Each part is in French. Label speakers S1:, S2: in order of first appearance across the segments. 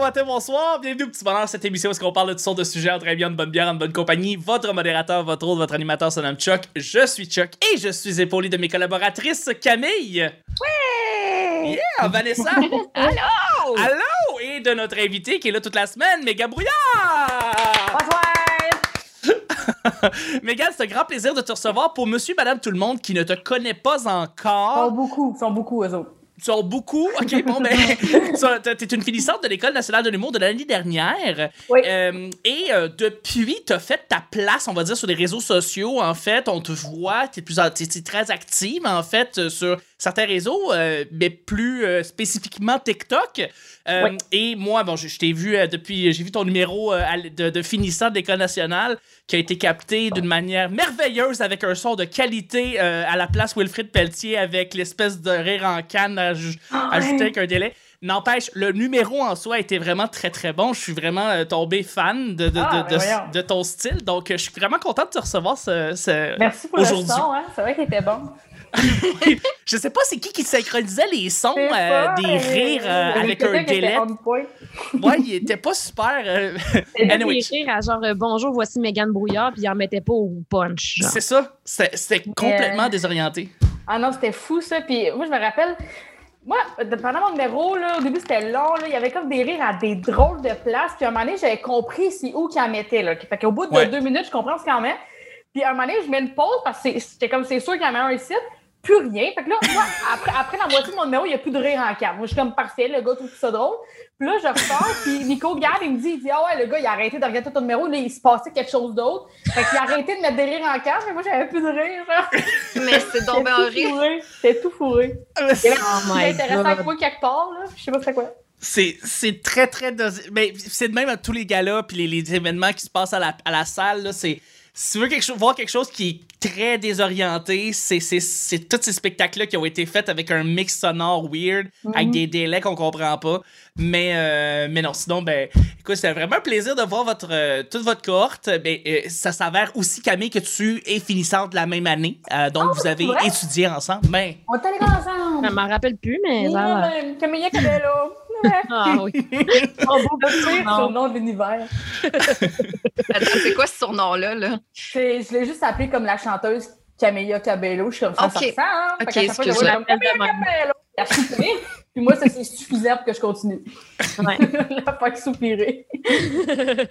S1: matin, bonsoir. Bienvenue au Petit Bonheur, cette émission où est-ce qu'on parle de toutes sortes de sujets entre amis, en bonne bière, en bonne compagnie. Votre modérateur, votre hôte, votre animateur se nomme Chuck. Je suis Chuck et je suis épaulé de mes collaboratrices Camille. Ouais! Yeah! Vanessa!
S2: Allô!
S1: Allô! Et de notre invité qui est là toute la semaine, Méga Brouillard!
S2: Bonsoir!
S1: Méga, c'est un grand plaisir de te recevoir pour Monsieur, Madame, tout le monde qui ne te connaît pas
S2: Ils sont
S1: encore.
S2: beaucoup, ils sont beaucoup, eux autres.
S1: Tu sors beaucoup. OK, bon, ben, tu sors- t'es t'es une finissante de l'École nationale de l'humour de l'année dernière.
S2: Oui.
S1: Euh, et euh, depuis, tu as fait ta place, on va dire, sur les réseaux sociaux. En fait, on te voit, tu es, très active, en fait, euh, sur certains réseaux, euh, mais plus euh, spécifiquement TikTok. Euh,
S2: Oui.
S1: Et moi, bon, je, je t'ai vu euh, depuis, j'ai vu ton numéro euh, à l- de, de finissant de l'École nationale qui a été capté d'une manière merveilleuse avec un son de qualité euh, à la place Wilfrid Pelletier avec l'espèce de rire en canne aj-
S2: Ah,
S1: ajouté avec un délai. N'empêche, le numéro en soi était vraiment très très bon. Je suis vraiment euh, tombé fan de, de, de-
S2: Ah, ben
S1: de-
S2: voyons.
S1: de ton style. Donc, euh, je suis vraiment content de te recevoir ce. ce-
S2: Merci pour le
S1: Aujourd'hui.
S2: son, hein. C'est vrai qu'il était bon.
S1: Je sais pas c'est qui qui synchronisait les sons,
S2: C'est
S1: euh,
S2: pas,
S1: des
S2: euh,
S1: rires euh,
S2: il y a
S1: avec
S2: quelqu'un
S1: un
S2: qui était
S1: délai.
S2: on point.
S1: Ouais, il était pas super. euh,
S3: C'était
S1: Anyway.
S3: des rires à genre euh, bonjour, voici Megan Brouillard, puis il en mettait pas au punch. genre.
S1: c'est ça. C'était c'était
S2: Euh,
S1: complètement désorienté.
S2: Ah non, c'était fou, ça. Puis moi, je me rappelle, moi, de- pendant mon numéro, là, au début, c'était long. là, Il y avait comme des rires à des drôles de places. Puis à un moment donné, j'avais compris c'est où qu'il en mettait. Là. Fait qu'au bout de
S1: Ouais.
S2: deux minutes, je comprends ce qu'il en met. Puis à un moment donné, je mets une pause parce que c'est- c'était comme c'est sûr qu'il y en met un ici. Plus rien. Fait que là, moi, après, après la moitié de mon numéro, il n'y a plus de rire en cave. Moi, je suis comme parfait, le gars trouve ça drôle. Puis là, je repars, puis Nico regarde, il me dit, il dit, ah ouais, le gars, il a arrêté de regarder ton numéro, là, il se passait quelque chose d'autre. Fait qu'il a arrêté de mettre des rires en cave, mais moi, j'avais plus de rire. genre.
S4: Mais c'est tombé en
S2: C'était tout
S4: rire.
S2: fourré. C'était tout fourré. Il y avait
S3: Oh
S2: quelque
S3: my
S2: chose d'intéressant avec
S3: God.
S2: moi quelque part, là. Je sais pas c'est quoi.
S1: C'est c'est très, très. dosi- Mais c'est de même à tous les galas puis les, les événements qui se passent à la, à la salle. là, c'est- si tu veux quelque chose, voir quelque chose qui est très désorienté, c'est c'est- c'est tous ces spectacles-là qui ont été faits avec un mix sonore weird, avec des délais qu'on comprend pas. Mais, euh, mais non, sinon, ben, écoute, c'était vraiment un plaisir de voir votre, euh, toute votre cohorte. Mais euh, ça s'avère aussi, Camille, que tu es finissante de la même année. Euh, donc, vous avez
S2: vrai?
S1: étudié ensemble. Ben,
S2: On était allés ensemble.
S3: Je m'en rappelle plus, Ah, mais. ça a l'air.
S2: Camille Cabello. Ouais.
S3: Ah oui.
S2: Mon beau petit
S3: surnom.
S2: surnom de l'univers.
S4: Attends, c'est quoi ce surnom-là? Là?
S2: C'est- Je l'ai juste appelé comme la chanteuse Camilla Cabello. Je suis comme ça,
S4: Ok.
S2: ça ressemble, hein? Fait
S4: Ok,
S2: qu'à chaque fois, je
S4: excuse-moi.
S2: vois comme Camilla
S3: Appelle demain.
S2: Cabello. Elle soupire. Puis moi, ça, c'est suffisant pour que je continue.
S3: Ouais.
S2: La pas que soupirer.
S1: Ben,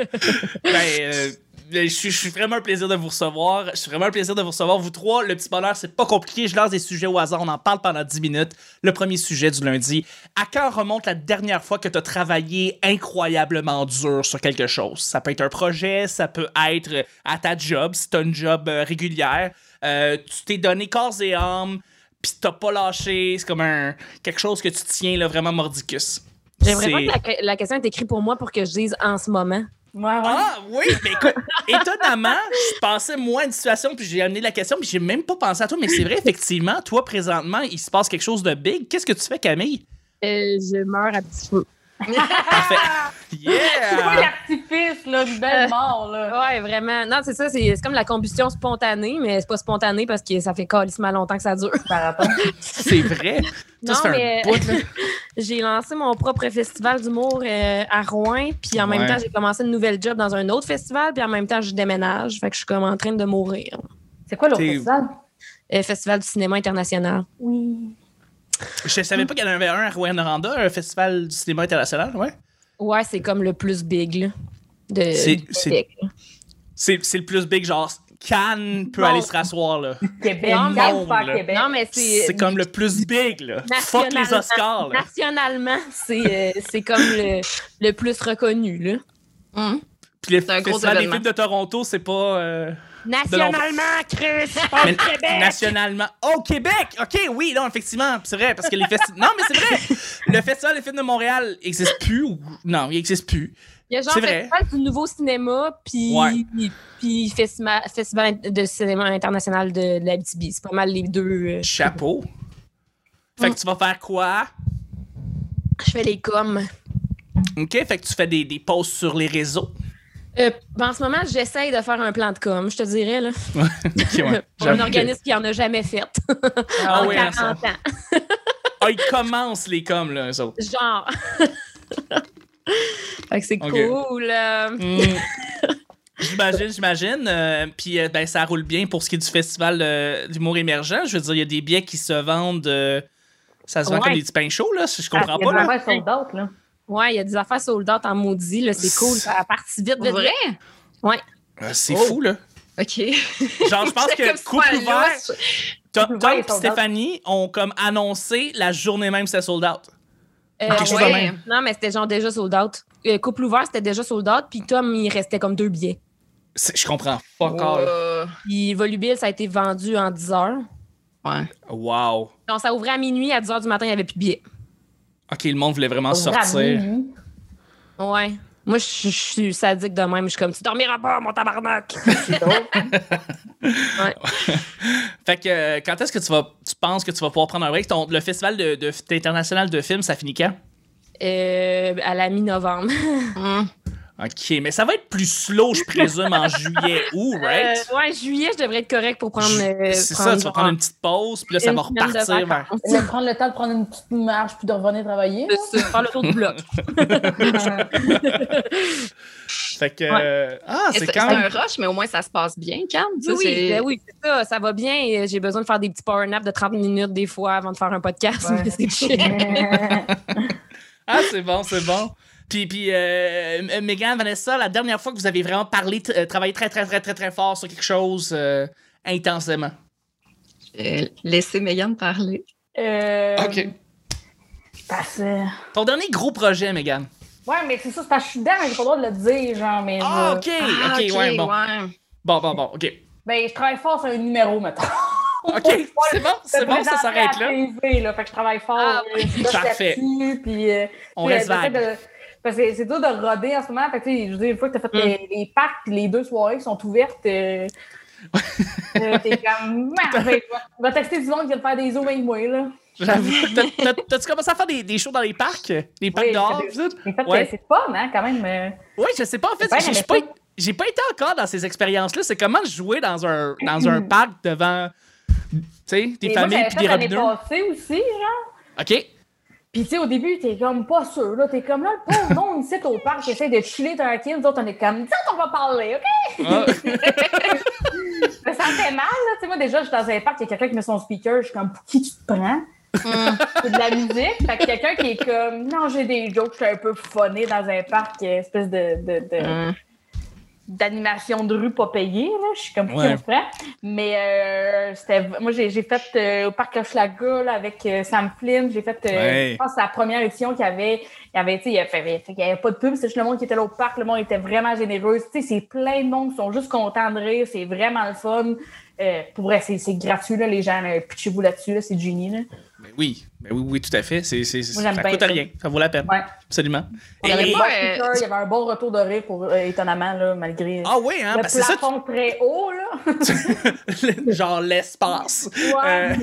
S1: euh, ben, je suis je suis vraiment un plaisir de vous recevoir. Je suis vraiment un plaisir de vous recevoir, vous trois. Le petit bonheur, c'est pas compliqué. Je lance des sujets au hasard. On en parle pendant 10 minutes. Le premier sujet du lundi. À quand remonte la dernière fois que tu as travaillé incroyablement dur sur quelque chose? Ça peut être un projet, ça peut être euh, à ta job, si t'as une job euh, régulière. Euh, tu t'es donné corps et âme, puis t'as pas lâché. C'est comme un, quelque chose que tu tiens là, vraiment mordicus.
S3: J'aimerais
S1: C'est-
S3: pas que la, la question est écrite pour moi pour que je dise en ce moment.
S2: Ouais, ouais.
S1: Ah oui, mais écoute, étonnamment, je pensais moi à une situation, puis j'ai amené la question, puis j'ai même pas pensé à toi, mais c'est vrai, effectivement, toi, présentement, il se passe quelque chose de big. Qu'est-ce que tu fais, Camille?
S3: Euh, je meurs à petit feu.
S1: Parfait.
S2: C'est quoi
S1: Yeah!
S2: l'artifice, là, une belle
S3: Euh.
S2: mort, là?
S3: Ouais, vraiment. Non, c'est ça, c'est c'est comme la combustion spontanée, mais c'est pas spontané parce que ça fait calissement longtemps que ça dure.
S1: C'est vrai.
S3: Non,
S1: Ça, c'est
S3: mais-
S1: un bout, là.
S3: J'ai lancé mon propre festival d'humour euh, à Rouen, puis en
S1: Ouais.
S3: même temps, j'ai commencé une nouvelle job dans un autre festival, puis en même temps, je déménage. Fait que je suis comme en train de mourir.
S2: C'est quoi l'autre
S1: T'es-
S2: festival?
S3: Euh, festival du cinéma international.
S2: Oui.
S1: Je savais pas qu'il y en avait un à Rouen-Noranda, un festival du cinéma international, ouais.
S3: Ouais, c'est comme le plus big, là. De,
S1: C'est-
S3: du
S1: c'est-
S3: Québec.
S1: C'est c'est le plus big, genre, Cannes peut
S3: Bon.
S1: aller se rasseoir, là.
S2: Québec.
S3: Non, mais-
S2: Cannes, pas
S1: là.
S2: Québec.
S3: Non, mais c'est. euh,
S1: C'est comme le plus big, là. Fuck les
S3: Nationalement.
S1: Oscars, là.
S3: Nationalement, c'est euh, c'est comme le, le plus reconnu, là.
S4: Hum.
S1: Puis le
S4: C'est un gros
S1: festival des
S4: événement.
S1: films de Toronto, c'est pas... euh, Ah,
S3: Nationalement, Chris!
S1: Mais Nationalement. Au Québec! OK, oui, non, effectivement, c'est vrai, parce que les festivals... non, mais c'est vrai! Le Festival des films de Montréal existe plus ou... Non, il existe plus.
S3: Il y a genre
S1: C'est vrai.
S3: Festival du Nouveau Cinéma, puis
S1: Ouais.
S3: puis Festival, Festival de cinéma international de, de l'Abitibi. C'est pas mal les deux. euh,
S1: Chapeau. Fait que tu vas faire quoi?
S3: Je fais les coms.
S1: OK, fait que tu fais des, des posts sur les réseaux.
S3: Euh, ben, en ce moment, j'essaye de faire un plan de com, je te dirais. Là.
S1: OK, ouais.
S3: Pour un organisme qui en a jamais fait
S1: Ah
S3: en
S1: oui, hein,
S3: 40
S1: ça.
S3: ans.
S1: Ah, ils commencent les coms, là, eux autres.
S3: Genre. Fait que c'est
S1: Ok.
S3: cool. euh,
S1: Mm. J'imagine, j'imagine. Euh, Puis euh, ben, ça roule bien pour ce qui est du festival euh, d'humour émergent. Je veux dire, il y a des billets qui se vendent. euh, ça se vend
S3: Ouais.
S1: comme des petits pains chauds, là. Je comprends
S2: Ah, il y a
S1: pas,
S2: des
S1: là.
S2: affaires sold out, là.
S3: Ouais, il y a des affaires sold out en maudit, là, c'est cool. Ça part vite,
S4: Pour
S3: vite,
S4: vrai?
S3: vite.
S1: Euh, C'est
S4: Oh.
S1: fou, là.
S4: OK.
S1: Genre, je pense
S4: C'est
S1: que
S4: comme si
S1: couple
S4: on
S1: ouvert,
S4: allait-
S1: Tom,
S2: Couple
S1: Tom
S2: ouvert,
S1: et
S2: ils sont
S1: Stéphanie ont comme annoncé la journée même que c'est sold out.
S3: Euh,
S1: Quelque
S4: Ah
S1: chose de
S4: ouais.
S1: même.
S3: Non, mais c'était genre déjà sold out. Euh, couple ouvert, c'était déjà sold out, puis Tom, il restait comme deux billets.
S1: C'est- Je comprends pas encore.
S4: Euh,
S3: Puis Volubile, ça a été vendu en 10 heures.
S4: Ouais.
S1: Wow.
S3: Donc, ça ouvrait à minuit, à 10 heures du matin, il n'y avait plus de billets.
S1: OK, le monde voulait vraiment sortir.
S2: Ramener, oui.
S3: Ouais. Moi, je je suis sadique de même. Je suis comme, tu dormiras pas, mon tabarnak.
S2: C'est drôle.
S1: Fait que euh, quand est-ce que tu vas tu penses que tu vas pouvoir prendre un break? Ton- le festival de, de- international de films, ça finit quand?
S3: Euh, à la mi-novembre.
S4: Hum.
S1: OK, mais ça va être plus slow, je présume, en juillet ou, right?
S3: Euh, ouais, juillet, je devrais être correct pour prendre. euh,
S1: C'est
S3: prendre
S1: ça, tu vas
S3: genre
S1: prendre une petite pause, puis là, ça
S3: une
S1: va
S3: semaine de
S1: repartir ben. vers...
S3: vacances.
S2: Mais prendre le temps de prendre une petite marche puis de revenir travailler.
S3: C'est ça, faire le tour du bloc.
S1: Fait que... euh, Ah,
S4: C'est
S1: c'est
S4: c'est
S1: quand même...
S4: un rush, mais au moins, ça se passe bien, Cam.
S3: Oui,
S4: Ça,
S3: oui,
S4: c'est-
S3: ben oui, c'est ça, ça va bien. Euh, J'ai besoin de faire des petits power naps de 30 minutes des fois avant de faire un podcast.
S2: Ouais.
S3: mais c'est chill.
S1: Ah, c'est bon, c'est bon. Puis, puis euh, M- Megan, Vanessa, la dernière fois que vous avez vraiment parlé, t- euh, travaillé très, très, très, très, très fort sur quelque chose euh, intensément.
S4: Euh, Laissez Megan parler.
S2: Euh,
S1: OK.
S2: parce que-
S1: Ton dernier gros projet, Megan.
S2: Ouais, mais c'est ça, c'est parce que je suis dedans, mais j'ai pas le droit de le dire, genre, mais.
S1: Ah,
S2: je-
S1: OK!
S4: Ah,
S1: OK, ouais, bon.
S4: ouais.
S1: Bon, bon, bon, OK.
S2: Ben, je travaille fort sur un numéro, mettons.
S1: OK, c'est bon, c'est bon, ça s'arrête là.
S2: TV, là. Fait que je travaille fort.
S3: Ah,
S2: euh, je bosse
S1: Parfait.
S2: là-dessus, Puis, euh,
S1: On
S2: puis,
S1: reste
S2: euh, j'essaie
S1: vague.
S2: de- Parce que c'est dur de roder en ce moment. Fait que, tu sais, je veux dire, une fois que t'as fait
S1: Mm.
S2: les, les parcs, puis les deux soirées qui sont ouvertes, euh, euh, t'es comme, merde, fait que je vais- je vais texter du monde qui vient de faire des eaux avec moi, là.
S1: J'avoue. T'as- t'as- T'as-tu commencé à faire des, des shows dans les parcs? Des parcs
S2: Oui,
S1: dehors?
S2: j'ai-
S1: pis tout?
S2: Mais fait que
S1: Ouais.
S2: c'est fun, hein, quand même. euh.
S1: Oui, je sais pas. En fait,
S2: Ben,
S1: j'ai- j'ai
S2: mais
S1: pas,
S2: ça-
S1: j'ai pas été encore dans ces expériences-là. C'est comment jouer dans un, dans un parc devant tu sais, des
S2: Et moi,
S1: familles
S2: j'avais
S1: puis
S2: fait
S1: des
S2: l'année
S1: robineux.
S2: passée aussi, genre.
S1: OK.
S2: Puis, tu sais, au début, t'es comme pas sûr, là. T'es comme là, le pauvre monde ici au parc qui essaie de chiller tranquille. Nous autres, on est comme, disons qu'on va parler, OK?
S1: Ah,
S2: Mais ça me fait mal, là. Tu sais, moi, déjà, je suis dans un parc, il y a quelqu'un qui met son speaker. Je suis comme, pour qui tu te prends?
S4: Hein?
S2: C'est de la musique. Fait que quelqu'un qui est comme, non, j'ai des jokes, je suis un peu funné dans un parc, euh, espèce de. de, de-
S4: Hum.
S2: d'animation de rue pas payée. Là. Je suis comme
S1: Ouais.
S2: ouais. Mais euh, c'était. Moi, j'ai j'ai fait euh, au Parc Hochelaga là, avec euh, Sam Flynn. J'ai fait, euh,
S1: Ouais.
S2: je pense, que la première édition qu'il y avait. Il y avait, tu sais, il y avait, il y avait pas de pub. C'est juste le monde qui était là au parc. Le monde était vraiment généreux. Tu sais, c'est plein de monde qui sont juste contents de rire. C'est vraiment le fun. Euh, pour vrai, c'est c'est gratuit, là, les gens. là, Pitchez-vous là-dessus, là, c'est du génie. Là.
S1: ben oui, ben oui, oui, tout à fait. C'est, c'est, ça
S2: Moi, j'aime bien
S1: coûte
S2: ça.
S1: rien. Ça vaut la peine.
S2: Ouais.
S1: Absolument.
S2: Il, y avait
S1: Et-
S2: pas de
S4: euh,
S2: speaker, il y avait un bon retour de rire, pour, euh, étonnamment, là, malgré
S1: Ah oui, hein?
S2: le
S1: ben c'est ça,
S2: plafond très haut. Là.
S1: tu- genre l'espace.
S2: Ouais.
S1: Euh,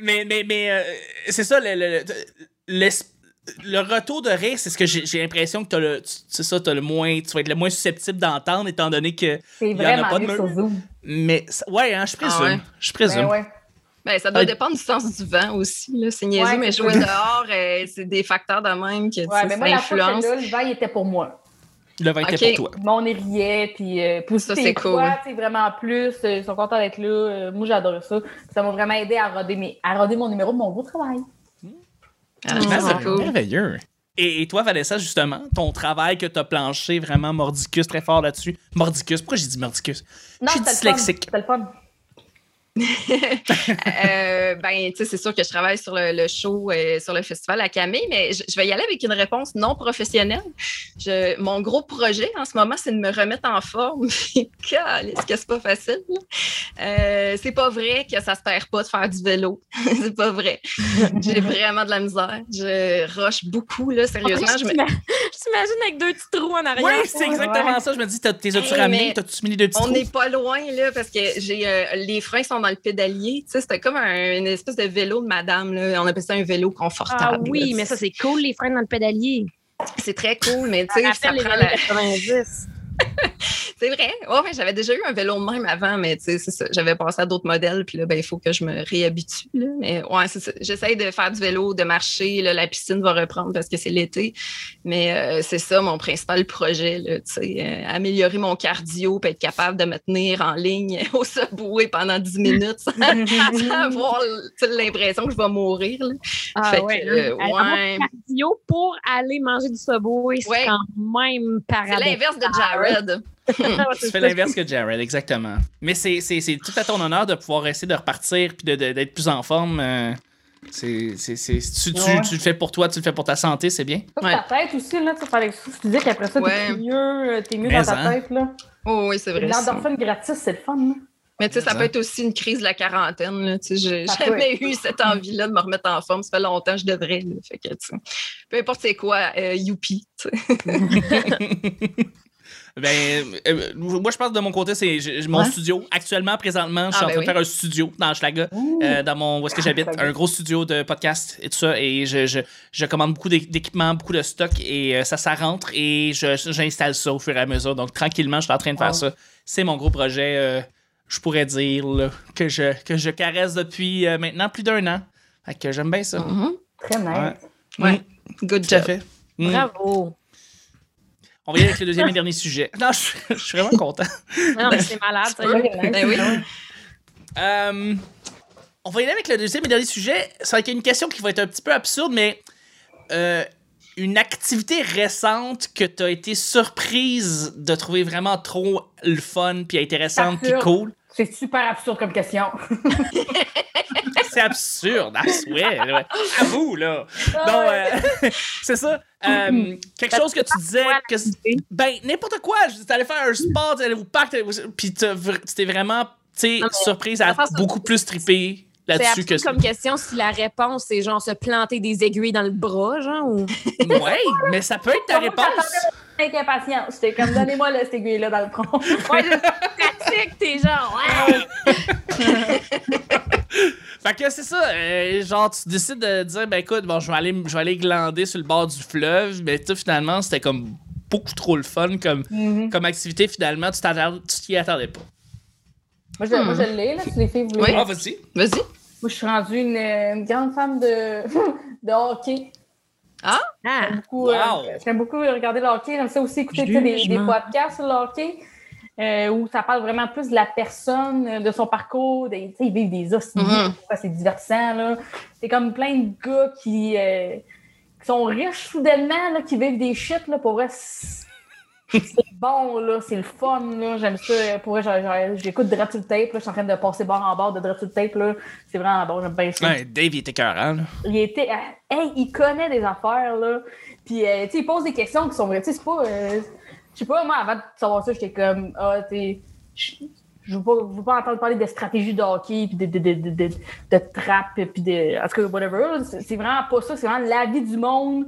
S1: mais mais, mais euh, c'est ça, le, le, le- l'es- le retour de rire, c'est ce que j'ai, j'ai l'impression que t'as le, tu- c'est ça, t'as le moins, tu vas être le moins susceptible d'entendre, étant donné que.
S2: C'est
S1: Il y en a
S2: vraiment
S1: pas de
S2: mieux
S1: mur.
S2: sur Zoom.
S1: Mais ça- ouais, hein, je présume.
S4: Ah ouais.
S1: Je présume.
S2: Ben ouais.
S4: Ben, ça doit
S1: Ouais.
S4: dépendre du sens du vent aussi. là. C'est niaiseux,
S2: Ouais,
S4: mais
S2: c'est
S4: jouer
S2: ça.
S4: dehors, euh, c'est des facteurs de même que tu
S2: Ouais,
S4: sais,
S2: mais
S4: ça
S2: moi, la fois que
S4: influence.
S2: j'étais là, le vent, il était pour moi.
S1: Le vin
S4: Ok.
S1: était pour toi.
S2: Le monde, il riait, puis euh, pour
S4: Ça,
S2: aussi,
S4: c'est
S2: des fois,
S4: cool.
S2: tu sais, vraiment plus. euh, Ils sont contents d'être là. Euh, moi, j'adore ça. Ça m'a vraiment aidé à roder, mes- à roder mon numéro de mon beau travail.
S4: Ah,
S3: Ah,
S4: c'est cool.
S1: merveilleux. Et, et toi, Vanessa, justement, ton travail que t'as planché vraiment mordicus très fort là-dessus. Mordicus, pourquoi j'ai dit mordicus? Je suis
S2: c'était le fun.
S1: dyslexique.
S2: C'était le fun.
S4: Euh, ben, tu sais, c'est sûr que je travaille sur le, le show, euh, sur le festival à Camille, mais je, je vais y aller avec une réponse non professionnelle. Je- mon gros projet en ce moment, c'est de me remettre en forme. est-ce que c'est pas facile? là. Euh, c'est pas vrai que ça se perd pas de faire du vélo. c'est pas vrai. J'ai vraiment de la misère. Je rush beaucoup, là, sérieusement. Je me-
S3: Je t'imagine avec deux petits trous en arrière.
S1: Oui, c'est exactement ça. Je me dis, t'as- t'es as-tu
S4: Hey,
S1: ramené?
S4: mais
S1: T'as-tu mis les deux petits
S4: On
S1: trous?
S4: n'est pas loin, là, parce que j'ai euh, les freins sont dans le pédalier. Tu sais, c'était comme un- une espèce de vélo de madame, là. On appelle ça un vélo
S3: Ah
S4: confortable.
S3: oui,
S4: là.
S3: mais ça, c'est cool, les freins dans le pédalier.
S4: C'est très cool, mais tu
S3: Ça
S4: sais, ça
S3: rappelle les
S4: prend
S3: années
S4: la-
S3: 90.
S4: C'est vrai. Oh, ouais, j'avais déjà eu un vélo de même avant, mais tu sais, c'est ça. J'avais passé à d'autres modèles, puis là, ben, il faut que je me réhabitue. là. Mais ouais, c'est ça. J'essaye de faire du vélo, de marcher. là, la piscine va reprendre parce que c'est l'été. Mais euh, c'est ça mon principal projet, là, tu sais, euh, améliorer mon cardio, puis être capable de me tenir en ligne au subway pendant 10 minutes sans, sans avoir tu sais, l'impression que je vais mourir. là.
S3: Ah,
S4: Fait que,
S3: ouais.
S4: euh,
S3: Hey, avoir
S4: ouais.
S3: du cardio pour aller manger du Subway, c'est
S4: Ouais.
S3: quand même
S4: C'est
S3: paradoxal.
S4: l'inverse de Jared.
S1: Tu fais l'inverse que Jared, exactement. Mais c'est c'est- c'est tout à ton honneur de pouvoir essayer de repartir puis de- de- d'être plus en forme. euh, c'est c'est- c'est- tu, tu-
S2: Ouais.
S1: tu le fais pour toi, tu le fais pour ta santé, c'est bien.
S2: Comme
S4: Ouais.
S2: ta tête aussi, là, tu sais, faire l'exercice physique, après ça,
S4: Ouais.
S2: t'es mieux, euh, t'es mieux
S1: Mais
S2: dans ta
S1: hein.
S2: tête, là.
S4: Oh, oui, c'est vrai. ça.
S2: L'endorphine gratis, c'est le fun, hein. là.
S4: Mais tu sais, ça
S1: Exact.
S4: peut être aussi une crise de la quarantaine. Là. Tu sais, j'ai
S2: Ça
S4: jamais eu cette envie-là de me remettre en forme. Ça fait longtemps que je devrais. là. Fait que, tu sais, peu importe c'est quoi, euh, youpi. tu sais.
S1: Ben, euh, moi, je pense que de mon côté, c'est j- j- mon
S4: Ouais.
S1: studio. Actuellement, présentement, je suis
S4: Ah,
S1: en
S4: ben
S1: train
S4: oui.
S1: de faire un studio dans Schlaga, euh, dans mon où est-ce que j'habite,
S2: Schlaga.
S1: un gros studio de podcast et tout ça. Et je, je, je commande beaucoup d'é- d'équipements, beaucoup de stock et euh, ça, ça rentre et je- j'installe ça au fur et à mesure. Donc, tranquillement, je suis en train de faire
S2: Wow.
S1: ça. C'est mon gros projet, euh, je pourrais dire, là, que, je, que je caresse depuis euh, maintenant plus d'un an. Fait que j'aime bien ça.
S3: Mm-hmm.
S4: Mhm.
S2: Très
S1: Ah. Ouais.
S2: nice.
S4: Ouais.
S1: Mm,
S4: Good
S1: tout à
S4: job.
S1: fait. Mm.
S3: Bravo.
S1: On vient avec le deuxième et dernier sujet. Non, je, je suis vraiment content.
S3: Ah Non, mais c'est malade. ça. hein?
S2: Très nice.
S4: Ben oui.
S1: Euh, on va y aller avec le deuxième et dernier sujet. Ça va être une question qui va être un petit peu absurde, mais euh, une activité récente que tu as été surprise de trouver vraiment trop le fun, puis intéressante, puis
S2: Absurde.
S1: cool.
S2: C'est super absurde comme question.
S1: C'est absurde, à souhait. ouais. À vous, là.
S3: Ah
S1: Non, euh, c'est ça. Euh, quelque chose que tu disais. Que, ben, n'importe quoi. Je- T'allais faire un sport, t'allais au parc, t'allais au- puis t'as vr- tu t'es vraiment, tu sais,
S3: Non, mais
S1: surprise à
S3: la façon-
S1: beaucoup plus triper
S3: C'est
S1: là-dessus que
S3: absurde comme question si la réponse c'est genre se planter des aiguilles dans le bras, genre ou.
S1: Ouais, mais ça peut être ta
S2: Comment t'attendais
S1: réponse.
S2: Avec impatience. J'étais comme, donnez-moi là, cette aiguille-là dans le tronc.
S3: Ouais, c'est pratique, t'es genre ouais.
S1: Fait que c'est ça, euh, genre tu décides de dire ben écoute, bon je vais aller je vais aller glander sur le bord du fleuve, mais tu sais, finalement c'était comme beaucoup trop le fun comme
S2: Mhm.
S1: comme activité finalement, tu t'attends- tu t'y attendais pas.
S2: Moi, je, moi, je l'ai, là, si les filles voulaient.
S4: Oui.
S1: Ah, vas-y.
S4: Vas-y.
S2: Moi, je suis rendue une, une grande fan de, de hockey.
S3: Ah,
S2: J'aime beaucoup,
S1: Wow.
S2: euh, J'aime beaucoup regarder le hockey. J'aime ça aussi écouter tu sais, des, des
S3: Jugement.
S2: podcasts sur le hockey euh, où ça parle vraiment plus de la personne, euh, de son parcours. Des, tu sais, ils vivent des hosties.
S4: Mhm.
S2: Ça, C'est divertissant. là. C'est comme plein de gars qui, euh, qui sont riches soudainement, là, qui vivent des shit. Là, pour vrai, c'est c'est bon. là, C'est le fun. là. J'aime ça. Pour vrai, j'en- j'en- j'écoute Dread to the Tape. là. Je suis en train de passer bord en bord de Dread to the Tape. là. C'est vraiment bon. J'aime bien ça.
S1: Ouais, Dave il était écœurant, là.
S2: Il était. ah, Hey, il connaît des affaires, là. Puis, euh, tu sais, il pose des questions qui sont vraies. Tu sais, c'est pas. euh, je sais pas, moi, avant de savoir ça, j'étais comme. Ah, tu sais, je- Je veux pas, je veux pas entendre parler de stratégie de hockey, puis de, de, de, de, de, de trappe, puis de. En tout cas, whatever. là. C'est c'est vraiment pas ça. C'est vraiment la vie du monde.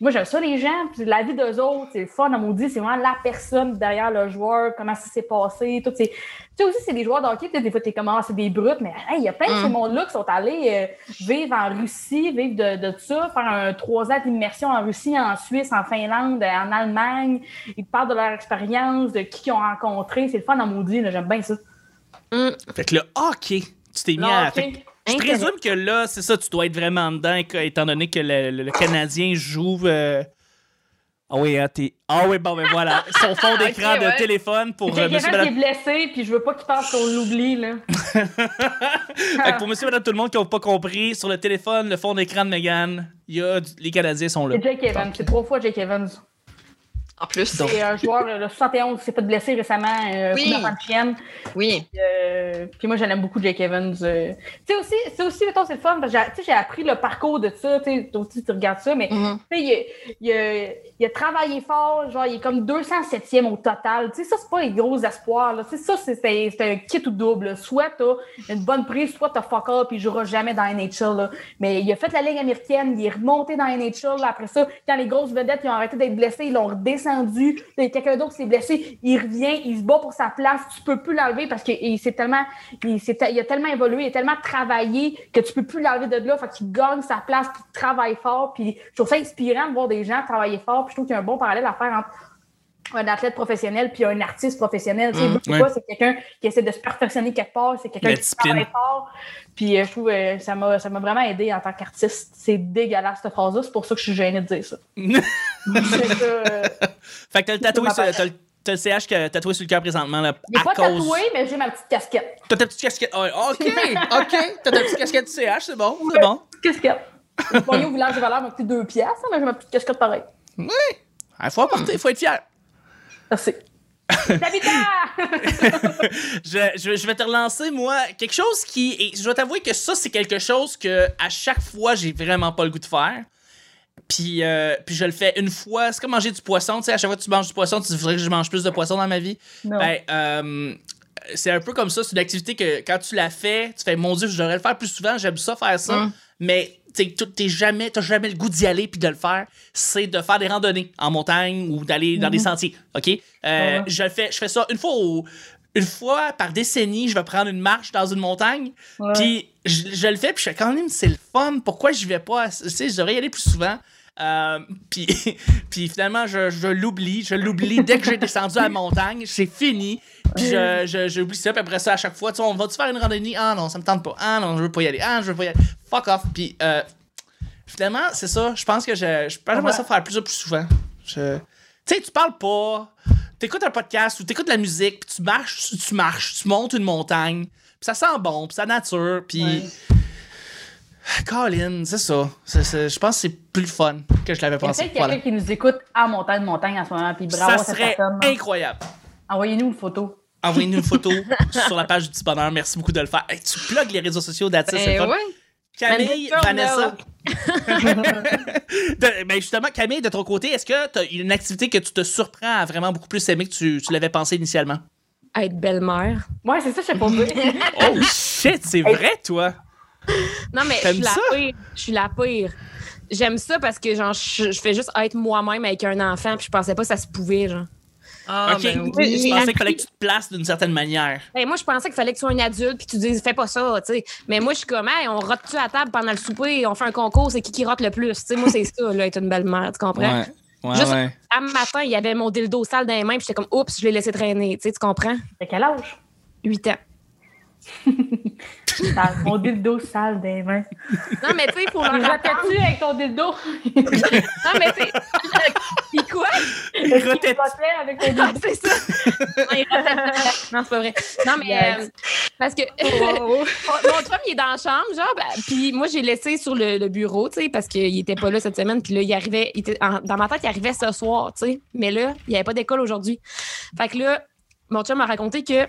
S2: Moi, j'aime ça, les gens. Puis la vie d'eux autres, c'est le fun à maudit. C'est vraiment la personne derrière le joueur, comment ça s'est passé, tout. c'est- Tu sais, aussi, c'est des joueurs de hockey. peut-être Des fois, t'es comme, ah, c'est des brutes, mais hey, il y a plein de ces
S4: Mm.
S2: mondes-là qui sont allés. euh, vivre en Russie, vivre de, de ça, faire un trois ans d'immersion en Russie, en Suisse, en Finlande, euh, en Allemagne. Ils te parlent de leur expérience, de qui ils ont rencontré. C'est le fun à maudit, là, j'aime bien ça.
S1: Fait que le hockey, tu t'es mis à fait que
S2: Hockey.
S1: je présume que là, c'est ça, tu dois être vraiment dedans, que- étant donné que le, le- le Canadien joue. euh, Ah oui, hein, t'es- Ah oui, bon, ben voilà. Son fond d'écran
S4: Ok, ouais.
S1: de téléphone pour euh,
S2: J'ai
S1: monsieur,
S2: quelqu'un qui
S1: madame
S2: est blessé, puis je veux pas qu'il pense qu'on l'oublie. là.
S1: Fait que pour monsieur et madame tout le monde qui n'ont pas compris, sur le téléphone, le fond d'écran de Megan, il y a du- les Canadiens sont là.
S2: C'est Jake Evans, c'est trois fois Jake Evans.
S4: En plus.
S1: Donc-
S2: C'est un joueur, euh, le 71, qui s'est fait blesser récemment, euh,
S4: Oui.
S2: coup d'enfant de chienne.
S4: Oui.
S2: Euh, puis moi, j'aime beaucoup Jake Evans. euh. Tu sais aussi, c'est aussi, mettons, c'est le fun, parce que j'ai- tu sais, j'ai appris le parcours de ça, tu sais, toi aussi, tu regardes ça, mais
S3: Mm-hmm.
S4: Mhm.
S2: Tu sais, il, a- il a, il a travaillé fort, genre il est comme 207e au total. Tu sais, ça, c'est pas les gros espoirs. Là. Tu sais, ça, c'est- c'est c'est un kit ou double. là. Soit t'as une bonne prise, soit t'as fuck up et il jouera jamais dans la NHL. là. Mais il a fait la Ligue américaine, il est remonté dans la NHL. là. Après ça, quand les grosses vedettes ils ont arrêté d'être blessés, ils l'ont redescendu. Là, il y a quelqu'un d'autre qui s'est blessé, il revient, il se bat pour sa place. Tu peux plus l'enlever parce qu'il s'est tellement il, s'est- il a tellement évolué, il a tellement travaillé que tu peux plus l'enlever de là. Fait qu'il gagne sa place, puis il travaille fort. Puis je trouve ça inspirant de voir des gens travailler fort. Puis je trouve qu'il y a un bon parallèle à faire entre un athlète professionnel puis un artiste professionnel. Tu sais,
S4: Mm,
S2: veux, veux
S1: ouais.
S2: pas, c'est quelqu'un qui essaie de se perfectionner quelque part, c'est quelqu'un
S1: La
S2: qui
S1: discipline.
S2: travaille fort. Puis euh, je trouve euh, ça m'a ça m'a vraiment aidé en tant qu'artiste. C'est dégueulasse cette phrase-là, c'est pour ça que je suis gênée de dire ça. C'est que, euh,
S1: Fait que t'as le tatoué
S2: ma
S1: sur-
S2: patte.
S1: t'as le- t'as le CH que- tatoué sur le cœur présentement, là,
S2: j'ai
S1: à
S2: pas
S1: cause...
S2: tatoué, mais j'ai ma petite casquette.
S1: T'as ta petite casquette... ah, OK, OK. T'as ta petite casquette du CH, c'est bon, c'est bon.
S2: Petite casquette. Mon au village de valeur m'a coûté deux piastres, hein, mais j'ai ma petite casquette pareil.
S1: Oui. Il faut apporter, faut être fier.
S2: Merci. L'habitat!
S1: je, je- je vais te relancer, moi, quelque chose qui. et je dois t'avouer que ça, c'est quelque chose que à chaque fois, j'ai vraiment pas le goût de faire. Puis, euh, puis je le fais une fois. C'est comme manger du poisson. Tu sais, à chaque fois que tu manges du poisson, tu voudrais que je mange plus de poisson dans ma vie.
S2: Non.
S1: Ben, euh, c'est un peu comme ça. C'est une activité que quand tu la fais, tu fais mon Dieu, je devrais le faire plus souvent. J'aime ça faire ça.
S4: Mm.
S1: Mais tu n'as jamais, t'as jamais le goût d'y aller puis de le faire. C'est de faire des randonnées en montagne ou d'aller dans des sentiers. OK? Euh,
S2: Mm-hmm. Ouais.
S1: je, le fais, je fais ça une fois au- Une fois par décennie, je vais prendre une marche dans une montagne,
S2: Ouais.
S1: puis je, je le fais, puis je fais quand même, c'est le fun, pourquoi je vais pas, à- tu sais, je devrais y aller plus souvent. Euh, puis, puis finalement, je, je l'oublie. Je l'oublie dès que j'ai descendu à la montagne. C'est fini. Puis je- je- j'oublie ça. Puis après ça, à chaque fois, tu sais, on va-tu faire une randonnée? Ah non, ça me tente pas. Ah non, je veux pas y aller. Ah, je veux pas y aller. Fuck off. Puis euh, finalement, c'est ça. Je pense que je, je pense que j'aimerais ça faire plus, plus souvent. Je- Tu sais, tu parles pas. T'écoutes un podcast ou t'écoutes de la musique. Puis tu marches, tu, tu marches, tu montes une montagne. Puis ça sent bon. Puis ça nature. Puis. Colin, c'est ça. C'est- c'est- je pense que c'est plus fun que je l'avais
S2: Il y a
S1: pensé.
S2: peut-être quelqu'un
S1: Voilà.
S2: qui nous écoute à Montagne Montagne en ce moment, puis bravo
S1: Ça
S2: à cette
S1: serait
S2: personne.
S1: incroyable.
S2: Envoyez-nous une photo.
S1: Envoyez-nous une photo sur la page du petit bonheur. Merci beaucoup de le faire. Hey, tu plugues les réseaux sociaux d'Atis,
S4: Ben
S1: c'est le fun.
S4: ouais.
S1: Camille,
S3: Mandy
S1: Vanessa. De- ben justement, Camille, de ton côté, est-ce que tu as une activité que tu te surprends à vraiment beaucoup plus aimer que tu, tu l'avais pensé initialement?
S3: Être belle-mère.
S2: Ouais, c'est ça, je sais pas dire.
S1: Oh shit, c'est vrai, toi!
S3: Non, mais je
S1: T'aimes
S3: suis la
S1: ça?
S3: pire. Je suis la pire. J'aime ça parce que genre je, je fais juste être moi-même avec un enfant puis je pensais pas que ça se pouvait genre.
S4: Ah,
S1: ok,
S4: ben oui.
S3: oui.
S1: je pensais qu'il fallait que tu te places d'une certaine manière.
S3: Ben, moi je pensais qu'il fallait que tu sois un adulte puis que tu dises fais pas ça, tu sais. Mais moi je suis comme hey, on rote tu à table pendant le souper, on fait un concours, c'est qui qui rote le plus, tu sais. Moi c'est ça là être une belle-mère, tu comprends
S1: ouais,
S3: Juste- À matin, il y avait mon dildo sale dans les mains, puis j'étais comme oups, je l'ai laissé traîner, tu sais, tu comprends
S2: T'as quel âge?
S3: 8 ans.
S2: T'as mon dildo sale des mains.
S3: Non mais tu sais pour leur
S2: Je
S3: apprendre-
S2: tu avec ton dildo?
S3: Non mais tu sais Puis quoi
S1: Il rotait-
S2: Rotait avec ton
S3: Ah,
S2: dildo.
S3: c'est ça. non, il reste- non, c'est pas vrai. Non, mais
S2: Yes.
S3: euh, parce que
S4: Wow.
S3: mon chum, il est dans la chambre, genre, ben, puis moi, j'ai laissé sur le, le bureau, tu sais, parce qu'il était pas là cette semaine, puis là, il arrivait, il était- en- dans ma tête, il arrivait ce soir, tu sais, mais là, il n'y avait pas d'école aujourd'hui. Fait que là, mon chum m'a raconté que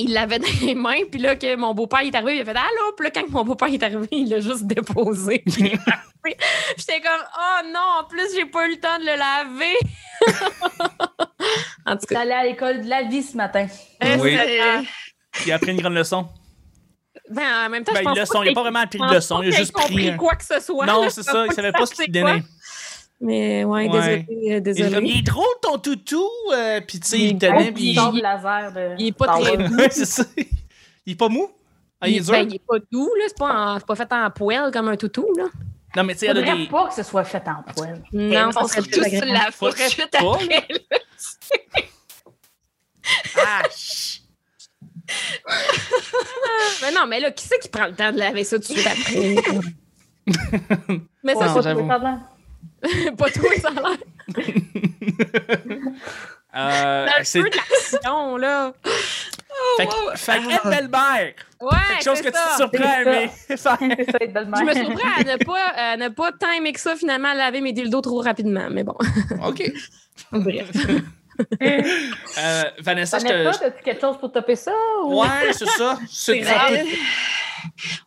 S3: il l'avait dans les mains, puis là, que mon beau-père il est arrivé, il a fait Allô, puis là, quand mon beau-père est arrivé, il l'a juste déposé. puis il est parti. J'étais comme Oh non, en plus, j'ai pas eu le temps de le laver. en tout
S2: T'es
S3: cas,
S2: allé à l'école de la vie ce matin.
S1: Oui.
S4: Euh,
S1: Il a pris une grande leçon.
S3: ben, en même temps,
S1: Ben,
S3: je pense
S1: une leçon, il a pas vraiment appris de leçon, il a juste pris.
S3: compris
S1: un-
S3: quoi que ce soit.
S1: Non,
S3: là,
S1: c'est
S3: je
S1: ça,
S3: pense
S1: il
S3: pas
S1: savait
S3: qu'il
S1: pas ce
S3: sache
S1: qu'il
S3: c'est quoi.
S1: donnait.
S3: Mais ouais,
S1: Ouais.
S3: désolé, euh,
S1: Il est comme,
S3: désolé.
S1: il est drôle ton toutou, euh, puis tu sais, il
S3: Il-
S1: tenait,
S2: Avec
S1: puis
S2: du
S1: il-
S2: sable laser de...
S3: il est pas
S2: Ah,
S3: très-
S2: ouais.
S1: Ouais, c'est ça. Il est pas mou? Ah, il est dur?
S3: ben, il est pas doux, là. C'est pas, en- c'est pas fait en poêle comme un toutou, là.
S1: Non, mais tu sais, il y en a
S2: Faudrait
S1: des.
S2: pas que ce soit fait en poêle.
S3: Non, ça
S4: on
S3: serait
S4: se
S3: plus
S4: tous
S3: agréable.
S4: la
S1: Faudrait
S4: suite
S1: pas.
S4: après. là.
S1: Ah, chut.
S3: Mais non, mais là, qui c'est qui prend le temps de laver ça tout de suite après? mais
S1: Ouais,
S3: ça,
S1: non,
S2: c'est
S1: j'avoue.
S3: c'est pas tout, ça a l'air.
S1: Euh,
S3: C'est
S1: c'est-
S3: un peu de l'action, là.
S1: Fait que, fait que être belle-mère,
S3: Ouais,
S1: quelque chose
S3: c'est
S1: que
S3: ça.
S1: tu te surprends à aimer faire.
S2: C'est ça, être belle
S3: Je me surprends à ne pas, à ne pas tant aimer que ça, finalement, à laver mes dildos trop rapidement. Mais bon,
S1: OK.
S3: bref.
S1: Euh, Vanessa, je te.
S2: Vanessa, t'as-tu quelque chose pour taper ça?
S1: je-
S2: Ou...
S1: Ouais, c'est ça. C'est
S4: grave.
S1: grave.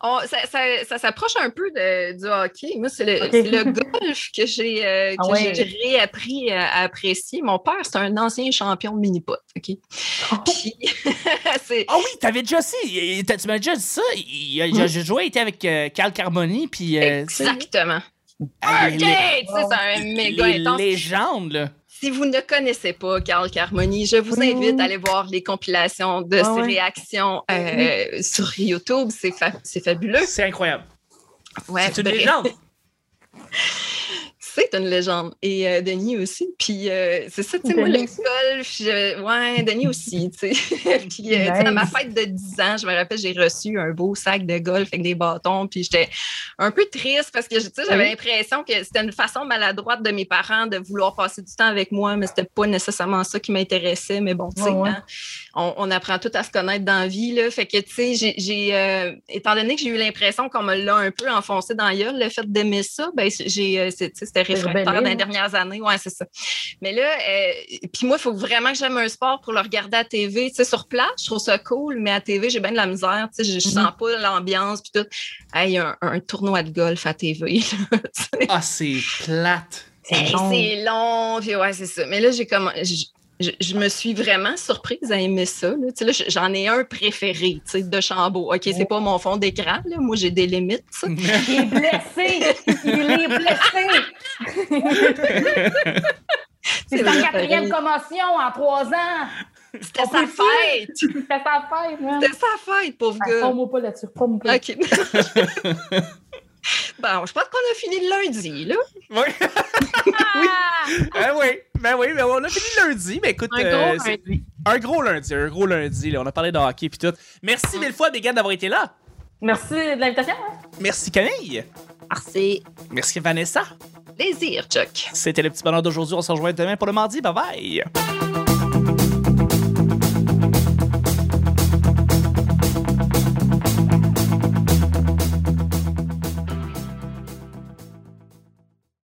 S4: On- ça ça- ça s'approche un peu de- du hockey. Moi, c'est le,
S2: Ok.
S4: c'est le golf que j'ai euh,
S2: Ah
S4: que
S2: ouais.
S4: j'ai réappris à, à apprécier. Mon père, c'est un ancien champion de mini-pot. OK?
S2: Oh.
S4: Puis, c'est-
S1: Ah oui, t'avais déjà aussi. il- t'as- Tu m'as déjà dit ça. Il, il- j'ai- j'ai joué, il était avec euh, Carl Carboni, puis. euh, tu sais,
S4: Exactement.
S1: avec les-
S4: Arcade! Ça, C'est un méga
S1: Les
S4: intense.
S1: légendes, là.
S4: Si vous ne connaissez pas Carl Carmoni, je vous invite à aller voir les compilations de
S3: Ah
S4: ses
S3: ouais.
S4: réactions
S2: Ah
S4: euh, sur YouTube. C'est fa- c'est fabuleux.
S1: C'est incroyable.
S4: Ouais,
S1: c'est une
S4: bref.
S1: légende.
S4: c'est une légende. Et euh, Denis aussi. Puis euh, c'est ça, tu sais, moi,
S2: Denis
S4: le
S2: aussi?
S4: golf, je- ouais, Denis aussi, tu sais. puis euh, tu sais, à ma
S2: Nice.
S4: fête de 10 ans, je me rappelle, j'ai reçu un beau sac de golf avec des bâtons. Puis j'étais un peu triste parce que, tu sais, j'avais
S2: Oui.
S4: l'impression que c'était une façon maladroite de mes parents de vouloir passer du temps avec moi, mais c'était pas nécessairement ça qui m'intéressait. Mais bon, tu sais,
S2: Ouais, ouais.
S4: hein, on, on apprend tout à se connaître dans la vie, là. Fait que, tu sais, j'ai- j'ai, euh, étant donné que j'ai eu l'impression qu'on me l'a un peu enfoncé dans la gueule, le fait d'aimer ça, ben, j'ai, euh, c'est- tu sais, c'était réfractaire
S2: rebellé,
S4: dans
S2: là.
S4: les dernières années. Ouais, c'est ça. Mais là, euh, puis moi, il faut vraiment que j'aime un sport pour le regarder à TV. Tu sais, sur place, je trouve ça cool, mais à TV, j'ai bien de la misère. Tu sais, je, je
S1: Mhm.
S2: Mm-hmm.
S4: sens pas l'ambiance, puis tout. Hey, un, un tournoi de golf à TV, là, tu sais.
S1: Ah, c'est plate.
S4: Hey, Ben, C'est long, puis ouais, c'est ça. Mais là, j'ai comme. Je, je- je me suis vraiment surprise à aimer ça. là. Tu sais, là, je- J'en ai un préféré, tu sais, de Chambaud. OK, c'est pas mon fond d'écran, là. Moi, j'ai des limites, ça.
S2: Il est blessé. Il est blessé. C'est
S4: C'est
S2: sa
S4: vrai,
S2: quatrième
S4: pareil.
S2: commotion en trois ans.
S4: C'était
S2: On peut
S4: sa
S2: le
S4: fête!
S2: C'était sa fête, man.
S4: C'était sa fête, pauvre
S2: Ah,
S4: gars.
S2: Forme-moi pas là-dessus. Forme-moi pas.
S4: OK. bon, je pense qu'on a fini le lundi, là.
S1: Oui.
S2: Ah!
S1: Ben oui, ben oui, ben on a fini le lundi, mais écoute,
S3: Un
S1: euh,
S3: gros
S1: c'est- un gros lundi, un gros lundi, là, on a parlé de hockey puis tout. Merci mille fois, Bégane, d'avoir été là.
S2: Merci de l'invitation. hein.
S1: Merci Camille.
S4: Merci.
S1: Merci Vanessa.
S4: Plaisir, Chuck.
S1: C'était le petit bonheur d'aujourd'hui, on se rejoint demain pour le mardi, bye bye.